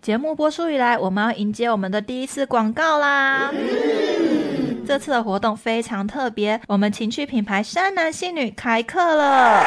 节目播出以来，我们要迎接我们的第一次广告啦！这次的活动非常特别，我们情趣品牌山男信女开课了。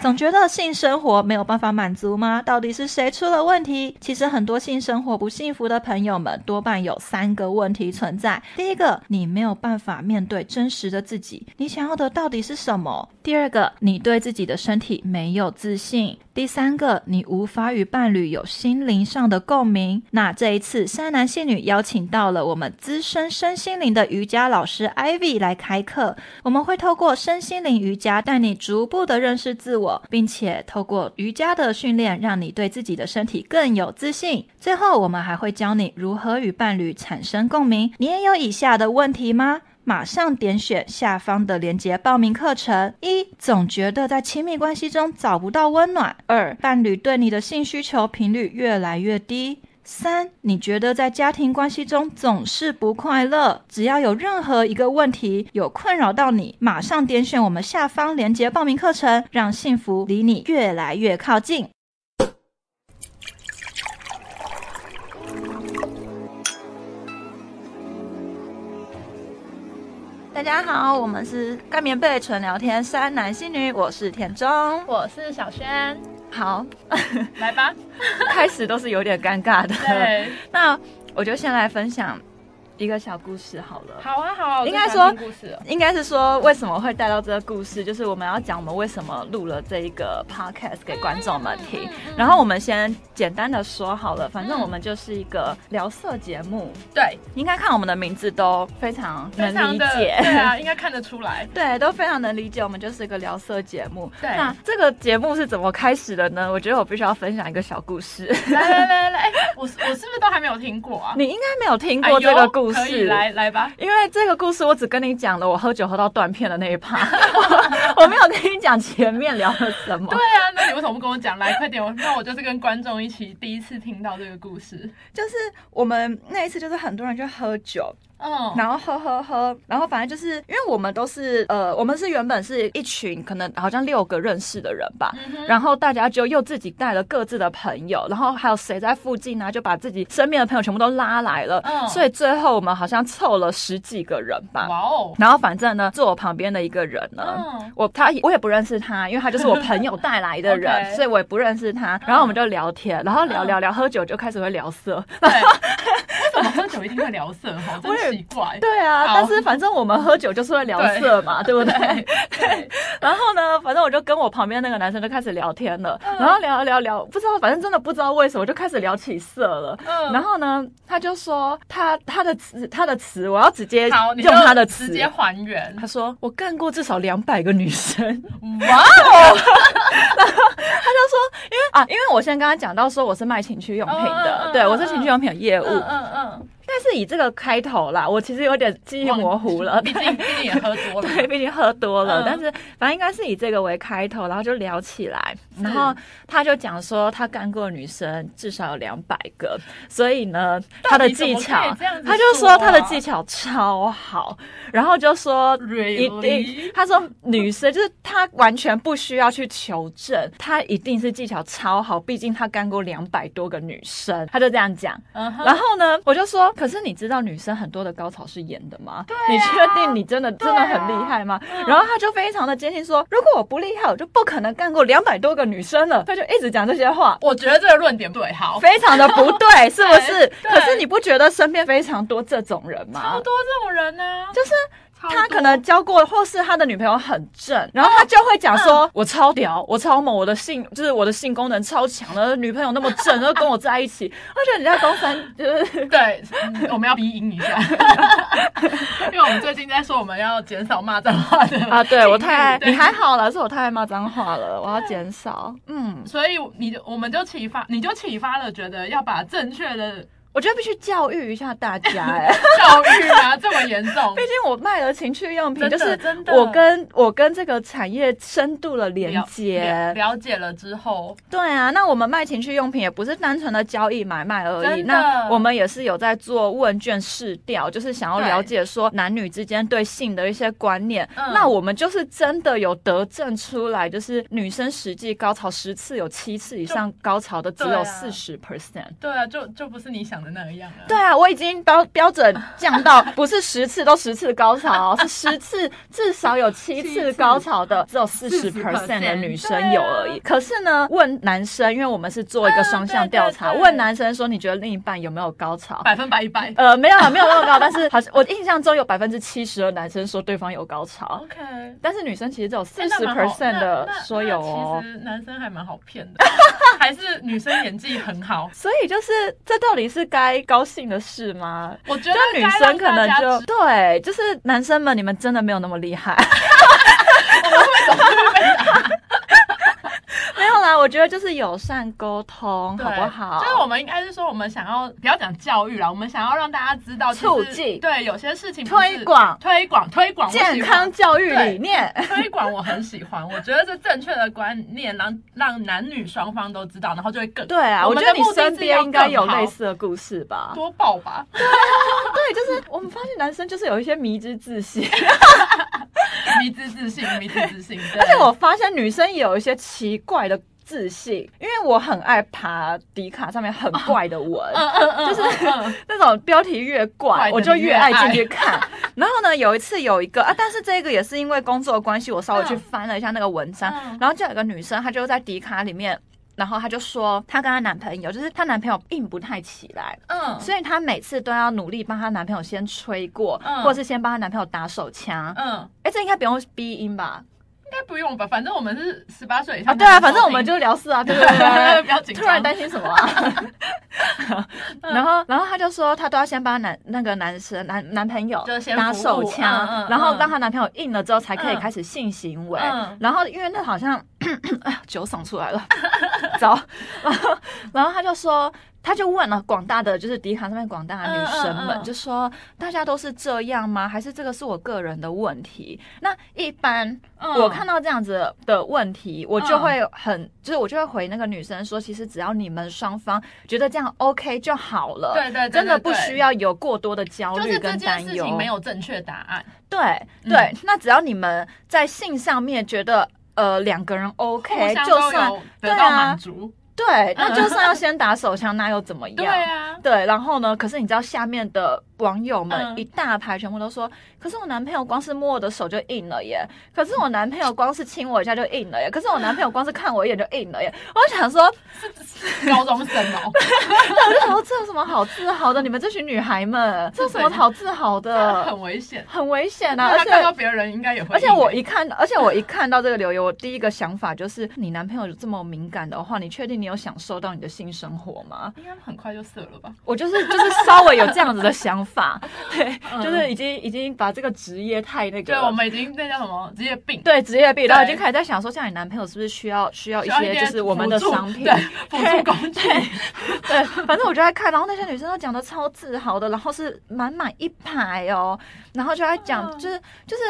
总觉得性生活没有办法满足吗？到底是谁出了问题？其实很多性生活不幸福的朋友们，多半有三个问题存在。第一个，你没有办法面对真实的自己，你想要的到底是什么？第二个，你对自己的身体没有自信。第三个，你无法与伴侣有心灵上的共鸣。那这一次，山男信女邀请到了我们资深身心灵的瑜伽老师 Ivy 来开课。我们会透过身心灵瑜伽，带你逐步的认识自我，并且透过瑜伽的训练，让你对自己的身体更有自信。最后，我们还会教你如何与伴侣产生共鸣。你也有以下的问题吗？马上点选下方的链接报名课程。一、总觉得在亲密关系中找不到温暖；二、伴侣对你的性需求频率越来越低；三、你觉得在家庭关系中总是不快乐。只要有任何一个问题有困扰到你，马上点选我们下方链接报名课程，让幸福离你越来越靠近。大家好，我们是盖棉被纯聊天三男性女，我是田中。我是小轩，好，来吧。开始都是有点尴尬的。对，那我就先来分享一个小故事好了。好啊，好啊，我应该最喜欢说听故事了应该是说为什么会带到这个故事，就是我们要讲我们为什么录了这一个 podcast 给观众们嗯听。然后我们先简单的说好了，反正我们就是一个聊色节目，对，应该看我们的名字都非常非能常理的解。 对啊，应该看得出来。对，都非常能理解，我们就是一个聊色节目。对那这个节目是怎么开始的呢？我觉得我必须要分享一个小故事。 来来来来，哎，我是我是不是都还没有听过啊？你应该没有听哎过呦这个故可以事，来来吧。因为这个故事我只跟你讲了我喝酒喝到断片的那一 趴，我我没有跟你讲前面聊了什么对。啊，那你为什么不跟我讲？来，快点，我那我就是跟观众一起第一次听到这个故事。就是我们那一次，就是很多人就喝酒，哦嗯，然后喝喝喝，然后反正就是因为我们都是呃，我们是原本是一群可能好像六个认识的人吧，嗯哼然后大家就又自己带了各自的朋友，然后还有谁在附近啊，就把自己身边的朋友全部都拉来了，嗯所以最后我们好像凑了十几个人吧。哇哦，然后反正呢，坐我旁边的一个人呢，嗯我他我也不认识他，因为他就是我朋友带来的 人 OK 所以我也不认识他。然后我们就聊天，然后聊聊聊，喝酒就开始会聊色。对，为什么喝酒一定会聊色？好，我也真奇 怪。对啊，好但是反正我们喝酒就是会聊色嘛，对不 对？对，然后呢，反正我就跟我旁边那个男生就开始聊天了，然后聊聊聊，不知道，反正真的不知道为什么就开始聊起色了。嗯然后呢，他就说他他的词他的词，我要直接好，你就用他的词直，接还原。他说我干过至少两百个女生。哇因为 啊，因为我先跟他讲到说我是卖情趣用品的，嗯嗯 嗯对嗯我是情趣用品的业务，哦，应嗯嗯该是以这个开头啦，我其实有点记忆模糊了嗯，。毕竟毕竟也喝多了嘛。 对，毕竟喝多了，嗯但是反正应该是以这个为开头，然后就聊起来，是然后他就讲说他干过女生至少有两百个，所以呢，他的技巧到底怎么可以这样子，说啊他就说他的技巧超好，然后就说 Really？一定，他说女生就是他完全不需要去求证，他一定是技巧超好，毕竟他干过两百多个女生，他就这样讲，嗯哼然后呢，我就说，可是你知道女生很多的高潮是演的吗？你确定你真的真的很厉害吗？然后他就非常的坚信说，如果我不厉害，我就不可能干过两百多个女生了。他就一直讲这些话。我觉得这个论点对，好，非常的不对，是不是？对可是你不觉得身边非常多这种人吗？超多这种人呢、就是超他多哦可能交过，或是他的女朋友很正，然后他就会讲说：“嗯我超屌，我超猛，我的性就是我的性功能超强的，女朋友那么正，都跟我在一起。”我觉得你在高三就是 对、嗯我们要逼音 一下，因为我们最近在说我们要减少骂脏话的啊，对我太爱 对你还好啦，是我太爱骂脏话了，我要减少。嗯，所以你就我们就启发，你就启发了，觉得要把正确的我觉得必须教育一下大家、 哎，教育 啊，这么严重毕，竟我卖了情趣用品，真的就是真的我跟我跟这个产业深度的连了了接。了解了之后，对啊，那我们卖情趣用品也不是单纯的交易买卖而已，真的那我们也是有在做问卷试调，就是想要对了解说男女之间对性的一些观念。嗯那我们就是真的有得证出来，就是女生实际高潮十次有七次以上高潮的只对有啊四十 percent。对啊，就就不是你想的那样了。对啊，我已经标标准降到不是十次都十次高 潮，是十次至少有七七次次高潮的，只有四十 percent 40%的女生有而已。可是呢，问男生，因为我们是做一个啊嗯双对向对调查，对问男生说你觉得另一半有没有高潮？百分百一百。呃，没有啦没有那么高，但是好呃像我印象中有百分之七十的男生说对方有高潮， OK，哎但是女生其实只有四那十蛮好 percent 那的那说那有哦其。实男生还蛮好骗的，还是女生演技很好。所以就是，这到底是该高兴的事吗？我觉得就女该生让可大能家就知对，就是男生们，你们真的没有那么厉 害。没有啦，我觉得就是友善沟通，对好不好？就是我们应该是说，我们想要不要讲教育啦，我们想要让大家知道，其实促进对有些事情不是推广推广推广我喜欢健康教育理念。推广，我很喜欢，我觉得这正确的观念让让男女双方都知道，然后就会更对啊啊，我我觉们得的你目的身是要边应该有更好类似的故事吧？多爆吧，对， 就是我们发现男生就是有一些迷之自信，迷之自信，迷之自信。 而而且我发现女生也有一些奇怪的自信，因为我很爱爬迪卡上面很怪的文，嗯嗯嗯，就是嗯嗯那种标题越怪，怪的我就你越越爱进爱去看。 然后呢，有一次有一个啊，但是这个也是因为工作的关系，我稍微去嗯翻了一下那个文章，嗯然后就有一个女生，她就在迪卡里面。然后她就说，她跟她男朋友，就是她男朋友硬不太起来，嗯所以她每次都要努力帮她男朋友先吹过，嗯或者是先帮她男朋友打手枪。嗯，哎、这应该不用逼音吧？应该不用吧，反正我们是十八岁以啊，上的对人收听。啊，反正我们就聊事啊，对对 对对对 不要紧张突然担心什么啊？ 然后，然后他就说，他都要先帮男那个男生男男朋友就是先打服务手枪，嗯嗯然后嗯让她男朋友硬了之后，才可以嗯开始性行为。嗯然后，因为那好像 哎呀酒嗓出来 了，走。然后，然后他就说。他就问了广大的，就是迪卡上面广大的女生们，嗯嗯嗯就说大家都是这样吗？还是这个是我个人的问题？那一般嗯我看到这样子的问题，我就会很，就是我就会回那个女生说，其实只要你们双方觉得这样 OK 就好了，对对对真的对不对需要有过多的焦就虑是这跟件担事忧情。没有嗯正确答案。对对、那只要你们在性上面觉得呃两个人 OK，互相就都算有对得到啊满足。对，那就算要先打手枪，那又怎么样？对 啊，对，然后呢？可是你知道下面的网友们嗯一大排，全部都说、可是我男朋友光是摸我的手就硬了耶，可是我男朋友光是亲我一下就硬了耶，可是我男朋友光是看我一眼就硬了耶。我就想说，高中生 哦，我就想说这有什么好自豪的？你们这群女孩们，这有什么好自豪的？ 很危险。很危险啊！那呃而他看到且。别人应该也会。而且我一看，而且我一看到这个留言，我第一个想法就是：你男朋友这么敏感的话，你确定你有享受到你的性生活吗？应该很快就射了吧？我就是就是稍微有这样子的想 法，对，嗯就是已经已经把这个职业太那个对，了，我们已经那叫什么职业病，对职业病，然后已对经开始在想说，像你男朋友是不是需要需要一需要些就是我们的辅助商品，对，辅助工具。对，反正我就在看，然后那些女生都讲的超自豪的，然后是满满一排哦，然后就在讲，啊就是就是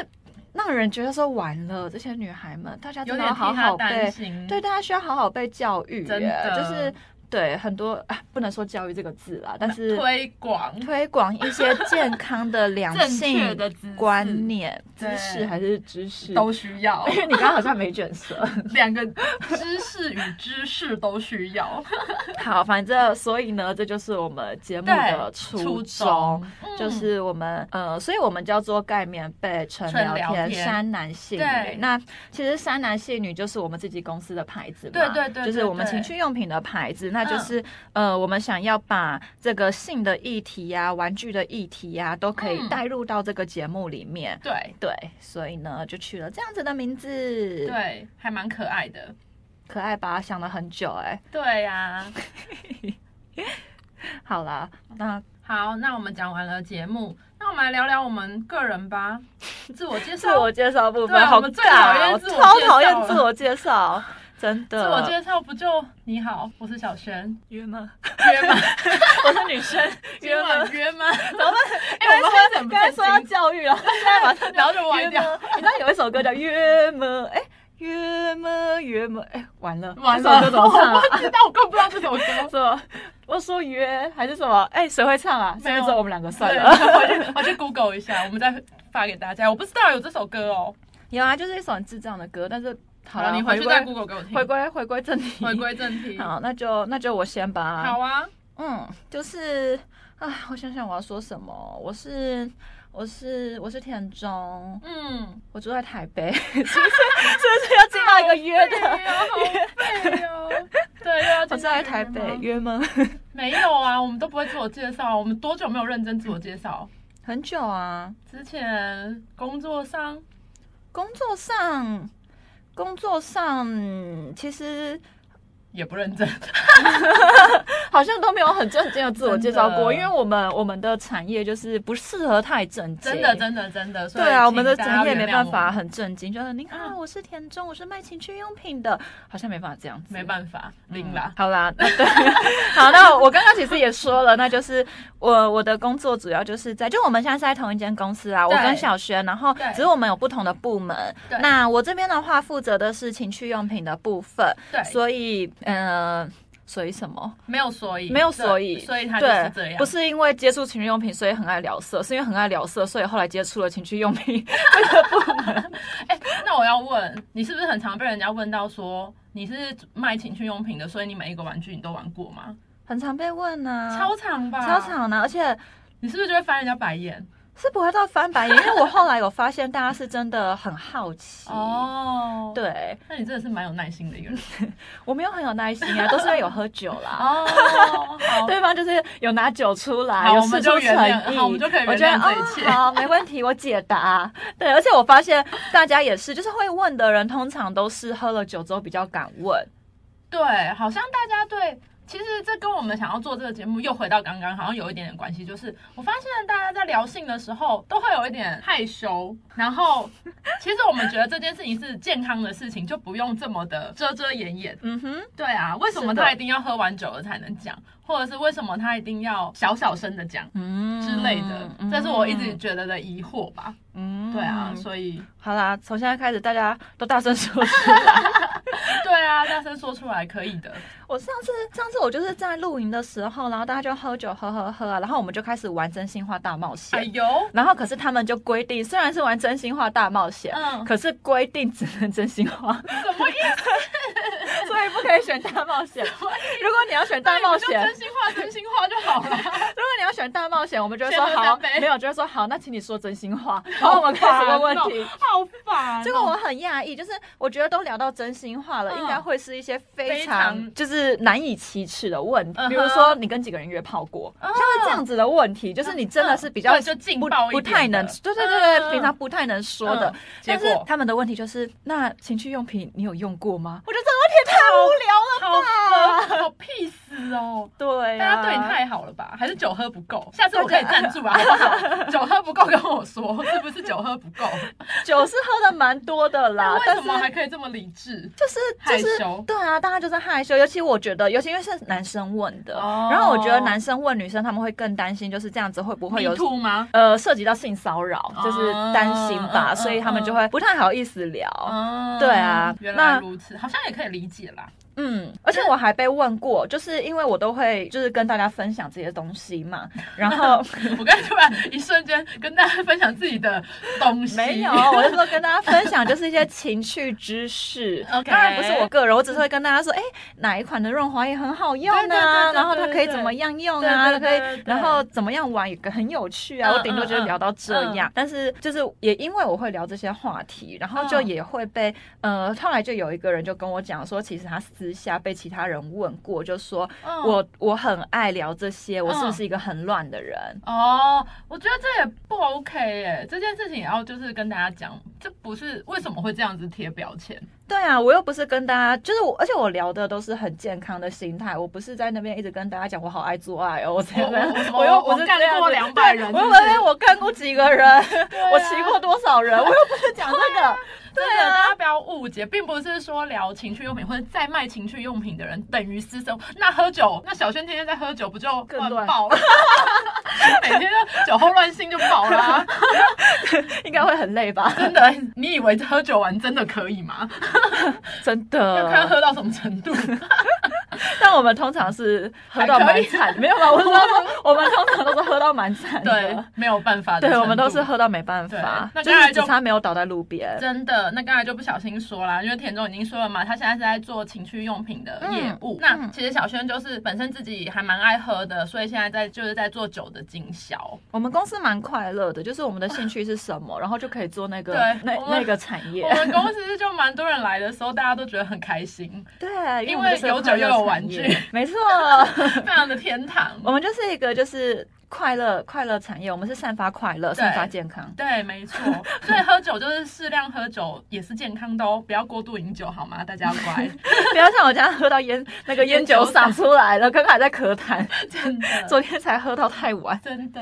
让人觉得说完了，这些女孩们，大家有真的点要替好他好担被，心，对，大家需要好好被教育耶，真的就是对很多、啊、不能说教育这个字啦，但是推广推广一些健康的两正确性的姿势观念、知对识还是知识？都需要， 因为你刚刚好像没卷舌。两个知识与知识都 需要。 好，反正所以呢，这就是我们节目的对，初衷衷。嗯就是我们呃，所以我们叫做盖棉被、纯纯聊聊天、天山男性女对。那其实山男性女就是我们自己公司的牌子嘛，对对嗯对就是对我们对情趣用品的牌子。那就是、呃，我们想要把这个性的议题呀、玩具的议题呀、都可以嗯带入到这个节目里面。对对，所以呢，就取了这样子的名字，，对，还蛮可爱的。可爱吧？想了很久、哎，对呀，好啦，那好，那我们讲完了节目，那我们来聊聊我们个人吧，自我介自绍我。介绍部对分啊好我们最讨尬厌哦，自我超介讨绍厌了自我介绍。真自我的。介绍不就你好，我是小璇，约吗？约吗？我是女生，今约吗晚？约 吗？哎、刚才我们会很不刚才正说要经，教育了，现在把它然后就歪约掉。吗？ 你知道有一首歌叫《约吗》？哎，约吗？约吗？哎，完了，完这首了，歌怎么 唱啊？我不知道，我更不知道这首歌。什么？我说约还是什么？哎，谁会唱啊？没现有在只有我们两个算对，了。我去我 去 Google 一下，我们再发给大家。我不知道有这首歌哦。有啊，就是一首很智障的歌，但是好了，你回回去归再 Google 给我 听。回归回归正题，回。归正题。好，啊那就那就我先吧。好啊，嗯，就是啊，我想想我要说什么。我是我是我是田中，嗯，我住在台北， 是不是？是不是要进到一个约的？ 对呀，好废哦。对，又要我进住在台北，去吗约吗？没有啊，我们都不会自我介绍，我们多久没有认真自我介绍？很久啊，之前工作上，工作上工作上其实也不认真， 好像都没有很正经的自我介绍过，真的因为我们我们的产业就是不适合太正经，真的，真的，真的。所以对啊，我请们的大家产业没原谅办我嗯法们，很正经，就是您好，我是田中，我是卖情趣用品的，好像没办法这样子，没法。办法，零啦。好啦，那对，好，那我刚刚其实也说了，那就是我我的工作主要就是在，就我们现在是在同一间公司啊，我对跟小轩，然后对只是我们有不同的部门对。那我这边的话，负责的是情趣用品的部分，对，嗯所以呃，所以什么？没有所以，没有对所以所以他就是这对，样。不是因为接触情趣用品，所以很爱聊色，是因为很爱聊色，所以后来接触了情趣用品。 那我要问，你是不是很常被人家问到说你是卖情趣用品的，所以你每一个玩具你都玩过吗？很常被问啊呢、超常吧，嗯超。长呢，而且你是不是就会翻人家白眼？是不会到翻白眼， 因为我后来有发现大家是真的很好奇。哦，，对那你真的是蛮有耐心的一个人。我没有很有耐心啊，都是因为有喝酒啦。 哦，好，对方就是有拿酒出来，好有我们试就出原谅诚意， 好我们就可以原我觉得谅这一切哦好，没问题，我解答。对，而且我发现大家也是，就是会问的人，通常都是喝了酒之后比较敢问。对，好像大家对，其实这跟我们想要做这个节目又回到刚刚，好像有一点点关系。就是我发现大家在聊性的时候，都会有一点害羞，然后 其实我们觉得这件事情是健康的事情，就不用这么的遮遮掩掩。嗯哼，对啊，为什么是的他一定要喝完酒了才能讲，或者是为什么他一定要小小声的讲嗯之类的？这是我一直觉得的疑惑吧。嗯对啊，所以好啦，从现在开始大家都大声说出对啊，大声说出来可以 的。我上次上次我就是在露营的时候，然后大家就喝酒喝喝喝啊，然后我们就开始玩真心话大冒险。哎呦，然后可是他们就规定，虽然是玩真心话大冒险，嗯，可是规定只能真心 话，怎么一所以不可以选大冒 险。如果你要选大冒险，如那你们就真心话真心话就好了。 果你要选大冒险，我们就会先说喝好三杯，没有就会说好，那请你说真心话。然后我们开始问问题，好烦哦、结果我很讶异，就是我觉得都聊到真心话了，嗯应该会是一些非非常常就是难以启齿的问题嗯，哼比如说你跟几个人约炮过，嗯像是这样子的问题，就是你真的是比较嗯对就劲不爆一不点太能，的对对对对，嗯平常不太能说的嗯。但是结果他们的问题就是，那情趣用品你有用过吗？我觉得这个问题太无聊了吧。好好屁死哦！对大啊，家对你太好了吧？还是酒喝不够？下次我可对以赞助啊，好不好？酒喝不够跟我说，是不是酒喝不够？ 酒是喝的蛮多的那啦，为但什是么还可以这么理智？就是害就是羞对啊，大家就是害羞，尤其我觉得，尤其因为是男生问的，哦然后我觉得男生问女生，他们会更担心，就是这样子会不会有迷。途吗？呃，涉及到性骚扰，就是担心吧，啊嗯嗯所以他们就会不太好意思聊。嗯哦对啊原那来如此，好像也可以理解啦。嗯，而且我还被问过，就是因为我都会就是跟大家分享这些东西嘛，然后我刚才突然一瞬间跟大家分享自己的东 西，没有，我是说跟大家分享就是一些情趣知识。 OK 当然不是我个人，我只是会跟大家说，哎、哪一款的润滑液很好用对对对啊，对然后它对可以对怎么样用啊，对对对可以对，对然后怎么样玩也很有趣啊。嗯我顶多就是嗯聊到这样，但是就是也因为我会聊这些话题，然后就嗯也会被、呃，后来就有一个人就跟我讲说，其实他私下被其他人问过，就说、嗯我我很爱聊这些，我是不嗯是一个很乱的人？哦，我觉得这也不 OK 耶，这件事情也要就是跟大家讲，这不是为什么会这样子贴标签，对啊，我又不是跟大家，就是我，而且我聊的都是很健康的心态，我不是在那边一直跟大家讲我好爱做爱 哦，我怎样 我我我我又不我是干这样过子200人对是我啊不是我我干过几个人，我骑过多少人，我又不是讲这个，真啊的，大家不要误解，并不是说聊情趣用品或者在卖情趣用品的人等于私生。那喝酒，那小轩天天在喝酒，不就更乱乱爆了？ 每天就酒后乱性就爆了 啊、应该会很累 吧？真的，你以为喝酒完真的可以吗？真要看的，喝到什么程 度。但我们通常是喝到还可蛮以惨，没有 吧？我是说，我们通常都是喝到蛮惨对的，，没有办法的对，程度。我们都是喝到没办法对，那就当然是只就差没有倒在路边。真的，那刚才就不小心说啦，因为田中已经说了嘛，他现在是在做情趣用品的业务。嗯那其实小轩就是本身自己还蛮爱喝的，所以现在在就是在做酒的经销。我们公司蛮快乐的，就是我们的兴趣是什么，然后就可以做那个对那我们那个产业我。们公司就蛮多人来的时候，大家都觉得很 开心，对，因我们为就是有酒快乐又有产玩业具， 没错，非常的天堂。我们就是一个就是快乐快乐产业，我们是散发快乐，散发健康。 对，没错，所以喝酒就是适量喝酒也是健康的哦，不要过度饮酒好吗？大家 乖，不要像我这样喝到烟那个烟酒嗓出来了，刚刚还在咳痰，真的。 昨天才喝到太晚。真的，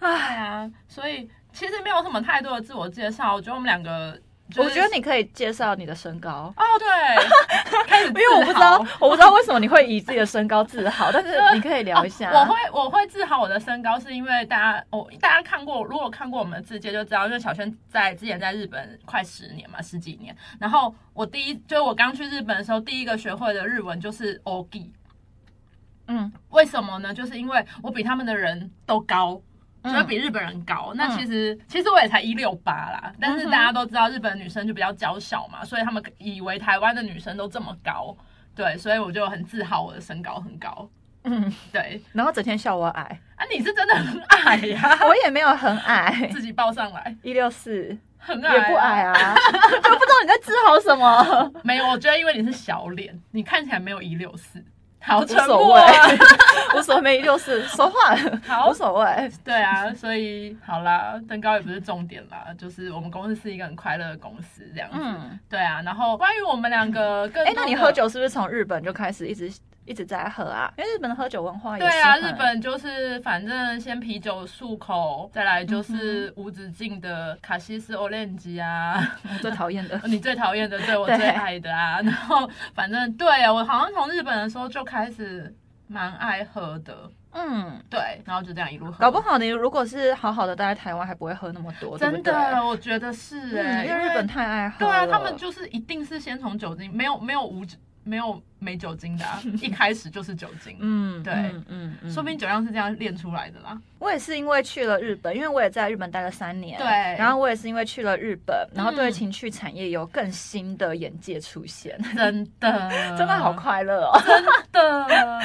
哎呀，所以其实没有什么太多的自我介绍，我觉得我们两个、就是，我觉得你可以介绍你的身高。哦， 对，开始因自豪，因为哦我不知道，我不知道为什么你会以自己的身高自豪，但是你可以聊一下。 我会我会自豪我的身高，是因为大家我、大家看过，如果看过我们的字界就知道，因为小轩在之前在日本快十年嘛，十几年。然后我第一就是我刚去日本的时候，第一个学会的日文就是 ogi，嗯，为什么呢？就是因为我比他们的人都高。嗯就是比日本人高，那嗯其实其实我也才一六八啦，但是嗯哼大家都知道日本女生就比较娇小嘛，所以他们以为台湾的女生都这么高，对，所以我就很自豪我的身高很高，嗯，对，然后整天笑我矮，啊，你是真的很矮 呀、我也没有很矮， 自己报上来，一六四很矮、也不矮， 啊，我不知道你在自豪什么。没有，我觉得因为你是小脸，你看起来没有一六四，好无沉所默谓啊，， 无所谓，就是说话好无所谓。对啊，所以好啦，身高也不是重点啦，就是我们公司是一个很快乐的公司这样子，嗯，对啊，然后关于我们两个更多的，哎、那你喝酒是不是从日本就开始一直一直在喝啊？因为日本的喝酒文化也对是啊，很日本就是反正先啤酒漱口，再来嗯就是无止境的卡西斯 orange 啊， 。我最讨厌的你最讨厌的，对我对最爱的啊。然后反正对啊我好像从日本的时候就开始蛮爱喝的，嗯，对，然后就这样一路喝，搞不好你如果是好好的待在台湾，还不会喝那么多，对真不对的，我觉得是哎、嗯，因为日本。太爱喝 对了。啊，他们就是一定是先从酒精，没有没有无没有没酒精 的、啊，一开始就是酒精，嗯，对嗯嗯嗯，说不定酒量是这样练出来的 啦。我也是因为去了日本，因为我也在日本待了三年，对然后我也是因为去了日本，然后对嗯情趣产业有更新的眼界出现，真的， 真的好快乐哦。的，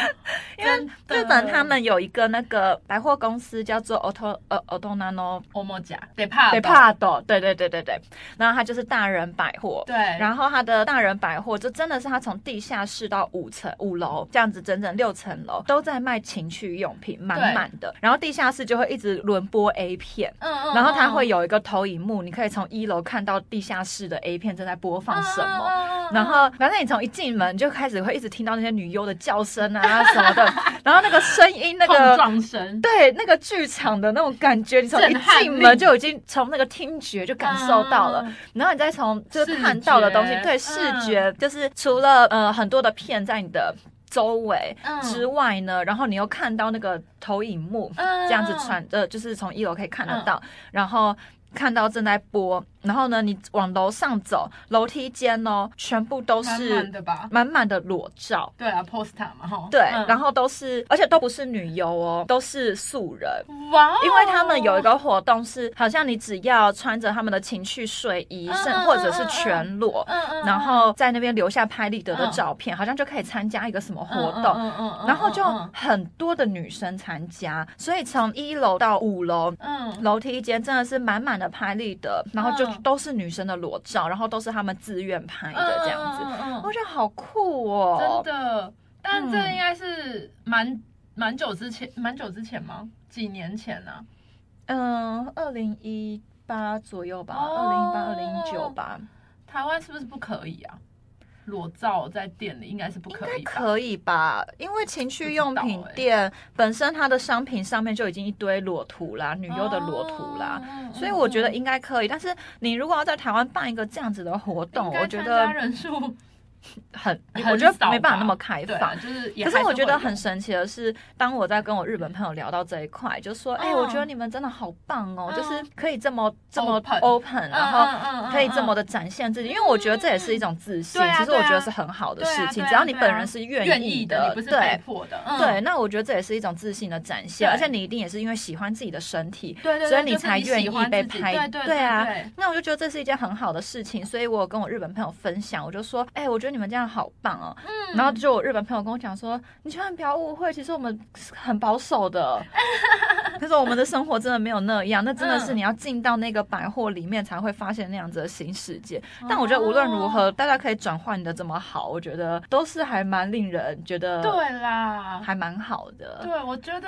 因为日本嗯他们有一个那个百货公司叫做 Oto 呃 Otonano 欧莫甲得怕 d e p a d o 对对对对对，然后它就是大人百货。对，然后它的大人百货就真的是它从地下室到五层五楼这样子，整整六层楼都在卖情趣用品，满满的。然后地下室就会一直轮播 A 片，嗯嗯然后它会有一个投影幕，你可以从一楼看到地下室的 A 片正在播放什嗯么。么然后，反正你从一进门就开始会一直听到那些女优的叫声啊什么的，然后那个声音，那碰个撞声，对那个剧场的那种感觉，你从一震撼进力门就已经从那个听觉就感受到了，嗯然后你再从就是视看到的东西觉，对嗯视觉，就是除了呃很多的片在你的周围嗯之外呢，然后你又看到那个投影幕，嗯这样子传，呃，就是从一楼可以看得到，然后看到正在播，然后呢，你往楼上走，楼梯间哦，全部都满是满的吧？满满的裸照。对啊，poster 嘛哈，嗯对，然后后都是，而且都不是女优哦，都是素人，哇哦，因为他们有一个活动是，好像你只要穿着他们的情趣睡衣，嗯甚嗯或者是全裸，嗯，嗯嗯，然后在那边留下拍立得的嗯照片，好像就可以参加一个什么嗯活嗯动，嗯嗯嗯然后就嗯很多的女生参加，所以从一楼到五楼。嗯楼梯间真的是满满的拍立得，然后就嗯都是女生的裸照，然后都是她们自愿拍的这样子，嗯嗯嗯我觉得好酷哦嗯，真！的，但这嗯应该是蛮蛮久之前，蛮久之前吗？几年前啊呢？嗯，二零一八左右吧，哦二零一八、二零一九吧，台湾是不是不可以啊？裸照在店里应该是不应可该以吧？可以吧？因为情趣用品不知道欸店本身它的商品上面就已经一堆裸图啦，女优的裸图啦。哦所以我觉得嗯应该可以，但是你如果要在台湾办一个这样子的活动，应该我觉参得加人数很，很我觉少得没办法吧那么开对放啊，。就是也可还是我觉得会有很神奇的是，当我在跟我日本朋友聊到这一块，就说：“哎、嗯我觉得你们真的好棒哦，嗯就是可以这么这么 Open 嗯 open，然后后可以这么的展现自己，因为我觉得这也是一种自信。对啊其实对我啊觉得是很好的对啊事情，对啊只要你对啊本人是愿意的，你不是被对。迫的，嗯对，那我觉得这也是一种自信的展现，对而且你一定也是因为喜欢自己的身体。对对，所以对你就是才愿喜意欢被自己拍对对对啊对那我就觉得这是一件很好的事情，所以我有跟我日本朋友分享，我就说，哎、我觉得你们这样好棒哦。嗯然后就我日本朋友跟我讲说，你千万不要误会，其实我们很保守的，他说我们的生活真的没有那样，那真的是嗯你要进到那个百货里面才会发现那样子的新世界。但我觉得无论如何，哦大家可以转换的这么好，我觉得都是还蛮令人觉得对啦，还蛮好的。对，我觉得。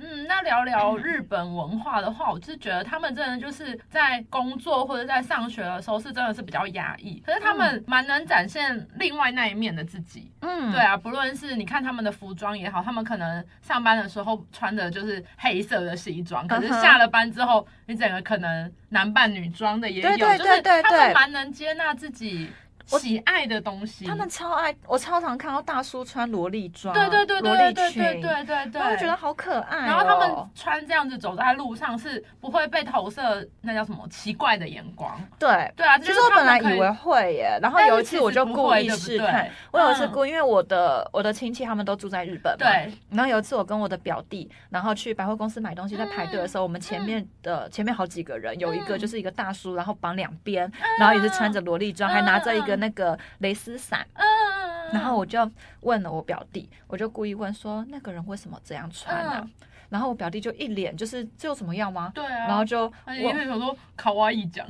嗯，那聊聊日本文化的话，我就是觉得他们真的就是在工作或者在上学的时候是真的是比较压抑，可是他们蛮能展现另外那一面的自己。嗯，对啊，不论是你看他们的服装也好，他们可能上班的时候穿的就是黑色的西装，可是嗯哼下了班之后，你整个可能男扮女装的也有，对对对对就是他们对蛮能接纳自己喜爱的东西。他们超爱，我超常看到大叔穿萝莉装，对对对对对对萝莉对裙，对对对，我觉得好可爱、哦。然后他们穿这样子走在路上是不会被投射那叫什么奇怪的眼光。对。对啊，其实就是我他本们来可以为会耶，然后有一次我就故意试探，但是其实不我会有一次对不对故意，因为我的我的亲戚他们都住在日本嘛，对然后有一次我跟我的表弟，然后去百货公司买东西，在排队的时候，我们前面嗯的前面好几个人，有一个就是一个大叔，然后绑两边，嗯然后也是穿着萝莉装，还拿着一个那个蕾丝伞，嗯嗯，嗯然后我就问了我表弟，我就故意问说那个人为什么这样穿啊嗯？然后我表弟就一脸就是这有什么样吗？对啊，然后就哎因我为想说卡哇伊讲，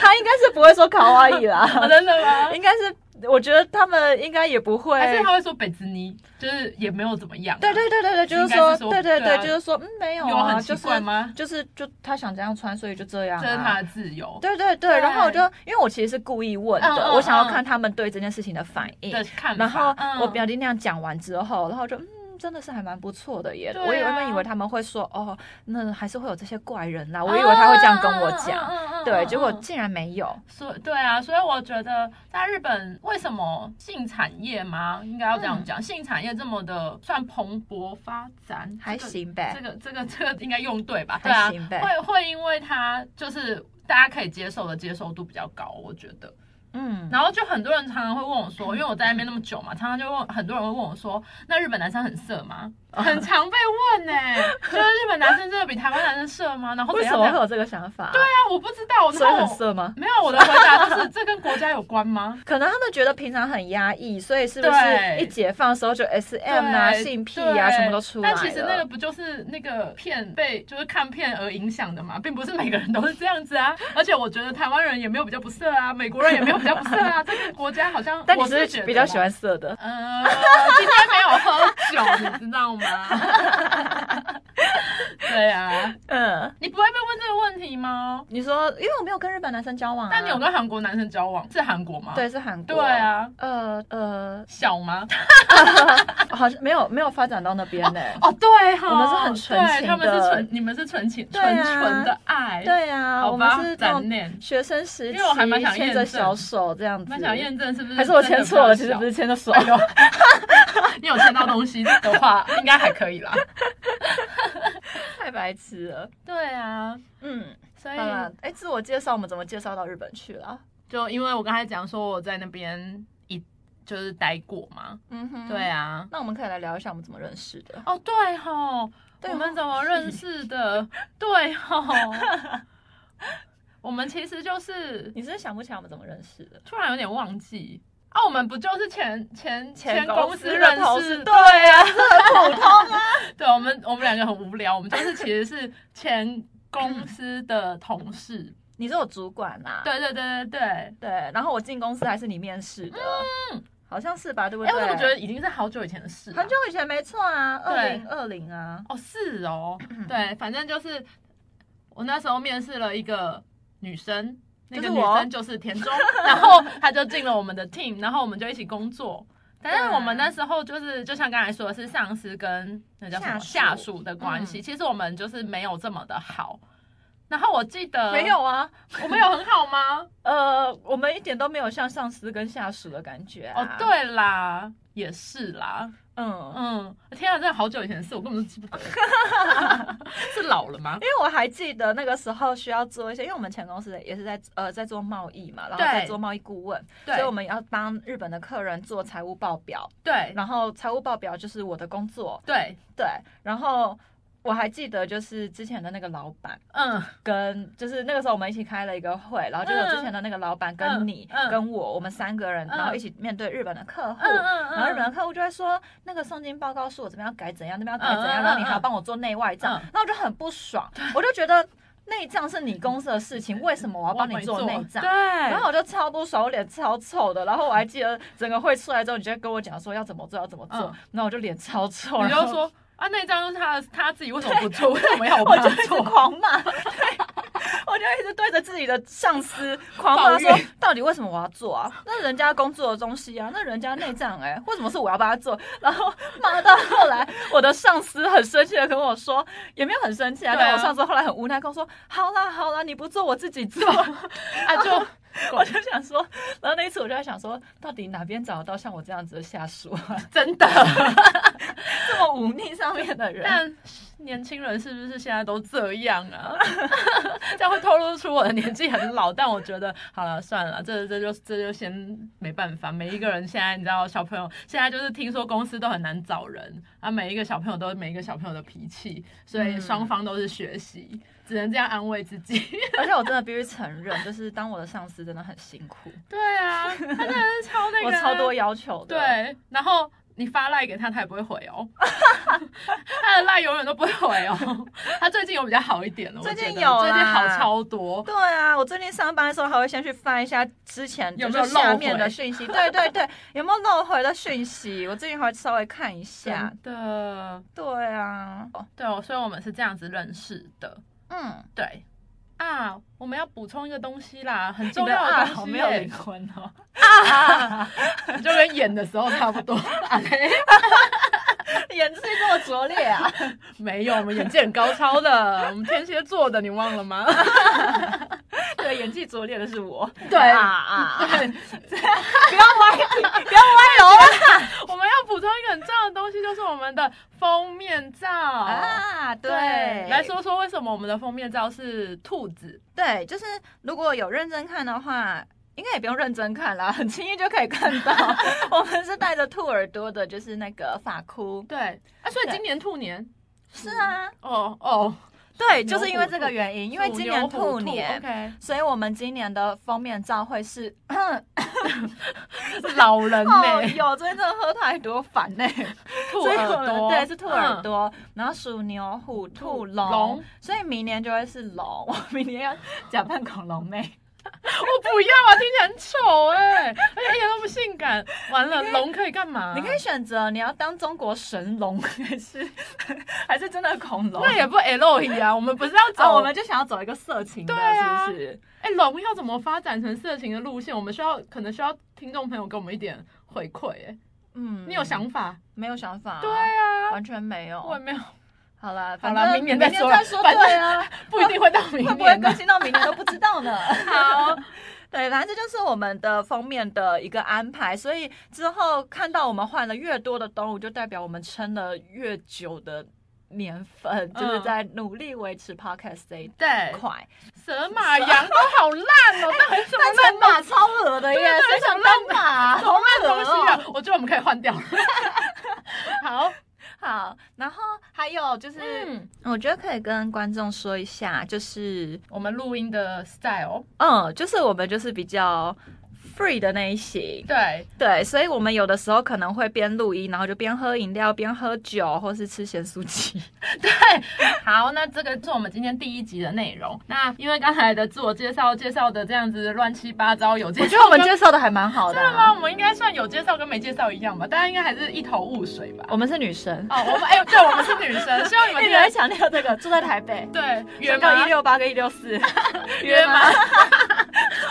他应该是不会说卡哇伊 啦， 真的吗？应该是我觉得他们应该也不会，还是他会说北子尼，就是也没有怎么样啊、对对对对对，就应是该说是说对对对对，啊就是说嗯没有有啊，很就奇是怪吗？就是就他想这样穿，所以就这样、啊。这是他的自由。对对对，对然后我就因为我其实是故意问的，嗯嗯我想要嗯看他们对这件事情的反应。的看法，然后嗯我表弟那样讲完之后，然后我就嗯。真的是还蛮不错的耶！对啊我原本以为他们会说哦，那还是会有这些怪人呐、我以为他会这样跟我讲，啊嗯，嗯嗯嗯嗯对，结果嗯竟然没有。所以对啊，所以我觉得在日本为什么性产业嘛，应该要这样讲，嗯性产业这么的算蓬勃发展，还行呗这个这个这个应该用对吧？还对啊，行呗会会因为它就是大家可以接受的接受度比较高，我觉得。嗯，然后就很多人常常会问我说，因为我在那边那么久嘛，常常就问很多人会问我说，那日本男生很色吗？ 啊很常被问呢、欸就是日本男生真的比台湾男生色吗？然后为怎什样么会怎样？有这个想法、对啊，我不知道，所以然后很色吗？没有，我的回答就是这跟国家有 关吗？可能他们觉得平常很压抑，所以是不是对一解放的时候就 S M 啊、对性癖啊，对全部都出来了？但其实那个不就是那个片被就是看片而影响的嘛，并不是每个人都是这样子啊。 而且我觉得台湾人也没有比较不色啊，美国人也没有比较不 色啊，这个国家好像但你我是觉是得啊比较啦喜欢色的，呃，今天没有喝酒，你知道吗？ 对啊，嗯。你不会被问这个问题吗？你说，因为我没有跟日本男生交往、啊，但你有跟韩国男生交往，是韩国吗？对是韩国，对，啊，呃呃，小吗？好像没有没有发展到那边呢、哦，对哈，我们是很纯情的对他们是纯，你们是纯情，对纯啊纯的爱，，对啊，好我们吧是，那展种念，学生时期，因为我还蛮想牵验着证小手这样子，蛮想验证是不是，还是我牵错了，其实不是，是牵着手，哎 你有牵到东西的话，应该还可以啦。太白痴了。对啊，嗯，所以好了，哎，自我介绍我们怎么介绍到日本去了？啊就因为我刚才讲说我在那边一就是待过嘛，嗯哼，对。啊，那我们可以来聊一下我们怎么认识的。哦对吼，对吼我们怎么认识的？对吼， 我们其实就是你是不是想不起来我们怎么认识的？突然有点忘记。啊，我们不就是前前公司的认同识事，？对啊， 是很普通啊。对，我们我们两个很无聊，我们就是其实是前公司的同事。 你是我主管啦、对对对对对。哎、对，然后我进公司还是你面试的，好像是吧？对不对？嗯哎我怎么觉得已经是好久以前的事了、很久以前没错啊，二对零二零啊，哦，是 哦，对，反正就是我那时候面试了一个女生，那就个是女我生就是田中，然后她就进了我们的 team，然后我们就一起工作。但是我们那时候就是，就像刚才说的是上司跟那叫什么下下属属的关嗯系，其实我们就是没有这么的好。然后我记得没，有啊，我们有很 好吗？呃，我们一点都没有像上司跟下属的感觉、啊哦，，对啦，也是啦，嗯，嗯，天啊，真的好久以前的事，我根本都记不得， 是老了吗因？为我还记得那个时候需要做一些，因为我们前公司也是在呃在做贸易嘛，然后对在做贸易顾问，对 所以我们要帮日本的客人做财务报表，对然后财务报表就是我的工作，对，对，然后。我还记得，就是之前的那个老板嗯，跟，就是那个时候我们一起开了一个会，然后就有之前的那个老板跟嗯你、嗯跟我，我们三个人，嗯然后一起面对日本的客户，嗯嗯然后日本的客户就会说，那个送金报告是我这边要改怎样，那边要改怎嗯嗯样，嗯然后你还要帮我做内外账嗯，那我就很不爽，我就觉得内账是你公司的事 情，为什么我要帮你做内账对，？然然后我就超不爽，我脸超臭的。然后我还记得整个会出来之后，你就会跟我讲说要怎么做，要怎么做嗯。然后我就脸超臭，你然后就说啊，那张是他的他自己为什么不做？为什么要我我帮就他一直做？狂 骂，对，我就一直对着自己的上司狂骂抱说怨，到底为什么我要做啊？那人家工作的东西啊，那人家内脏哎，为什么是我要帮他做？然后骂到后来，我的上司很生气的跟我说，也没有很生气啊，对啊但我上司后来很无奈跟我说，好啦好啦，你不做我自己 做。啊，哦就我就想说，然后那一次我就在想说，到底哪边找得到像我这样子的下属 啊， 真的。这么忤逆上面的 人？ 但年轻人是不是现在都这样啊？ 这样会透露出我的年纪很老，但我觉得好了，算了，这这就这就先没办法。每一个人现在你知道，小朋友现在就是听说公司都很难找人啊，每一个小朋友都有每一个小朋友的脾气，所以嗯双方都是学习，只能这样安慰自己。而且我真的必须承认，就是当我的上司真的很辛苦。对啊，他真的是超那 个我啊、超多要求的。，对，然后你发赖给他，他也不会回哦， 他的赖永远都不会回哦。 他最近有比较好一点了，我最近觉得有啦最近好超多。对啊，我最近上班的时候还会先去翻一下之前有就没有是下漏面的回讯息，对对对，有没有漏回的讯息？我最近还会稍微看一下真。的，对啊，哦对哦，所以我们是这样子认识的，嗯，对。啊，我们要补充一个东西啦，很你重的要的啊东西、啊好没有灵魂 哦。就跟演的时候差不 多。啊嘞 演技这么拙劣啊！没有，我们演技很高超的，我们天蝎座的，你忘 了吗？ 对，演技拙劣的是我。对啊啊！啊 不要歪，不要歪楼了 我们要补充一个很重要的东西，就是我们的封面照啊！对，来说说为什么我们的封面照是兔子？对，就是如果有认真看的话，应该也不用认真看啦， 很轻易就可以看 到。我们是带着兔耳朵的，就是那个发箍。对，啊，所以对今年兔年，是啊，哦哦，对，牛就是因为虎这个兔原因，因为鼠今牛年虎兔年。 ，OK，所以我们今年的封面照会 是，老人哦呢， 哟，最近真的喝太多，烦呢、兔所以我耳们朵，对，是兔耳嗯。朵，然后属牛、虎、兔、兔龙，龙所以明年就会是龙。 我明年要假扮恐龙妹，我不要啊，听起来很丑哎，而且一点都不性感。完了，龙可以干嘛？你可以选择你要当中国神龙， 还是还是真的恐龙？那也不 L E 啊，我们不是要啊，走我们就想要走一个色情的，对啊是不是？哎，龙要怎么发展成色情的路线？我们需要可能需要听众朋友给我们一点回馈哎，嗯，你有想法？没有想法、对，啊，完全没有。我也没有， 好了，好反啦正明年再说啦再说反正对啊，不一定会到明年啊。会不会更新到明年都不知道 呢。好，对，反正这就是我们的封面的一个安排，所以之后看到我们换了越多的动物，就代表我们撑了越久的年份，就是在努力维持 podcast 这一 对，块。蛇马羊都好烂 哦，到底什么但成马超恶的耶，对啊对谁想当马？好烂东西啊？我觉得我们可以换 掉了。好，好，然后还有就是，嗯，我觉得可以跟观众说一下，就是我们录音的 style，嗯，就是我们就是比较 free 的那一型，对对，所以我们有的时候可能会边录音，然后就边喝饮料、边喝酒，或是吃咸酥鸡。对，好，那这个是我们今天第一集的内容。那因为刚才的自我介绍介绍的这样子乱七八糟，有介 我绍觉得我们跟介绍的还蛮好的、啊真的吗？我们应该算有介绍跟没介绍一样吧？大家应该还是一头雾水吧？我们是女生，哦，我们哎、对，我们是女 生，希望你们一直听得在强调这个，住在台北，对约身高吗 一？六八跟一六四，约吗？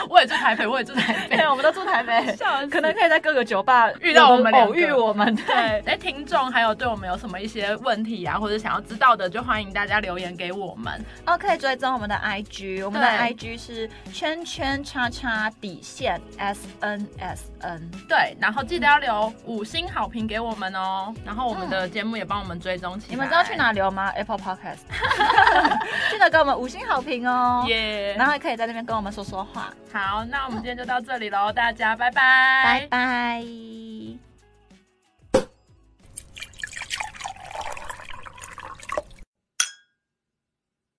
我也住台北，我也住台 北，对，。我们都住台北笑死可能可以在各个酒吧遇到我们两个偶遇我们。对，哎，听众还有对我们有什么一些问题啊，或者想要知道的，就欢迎大家留言给我们。哦，可以追踪我们的 IG，我们的对 IG 是圈圈叉叉底线 S N S N。对，然后记得要留五星好评给我们哦。然后我们的节目也帮我们追踪起嗯来。你们知道去？哪留吗？Apple Podcast，记得给我们五星好评 哦。耶、然后还可以在那边跟我们说说话。好，那我们今天就到这里喽，大家拜拜拜。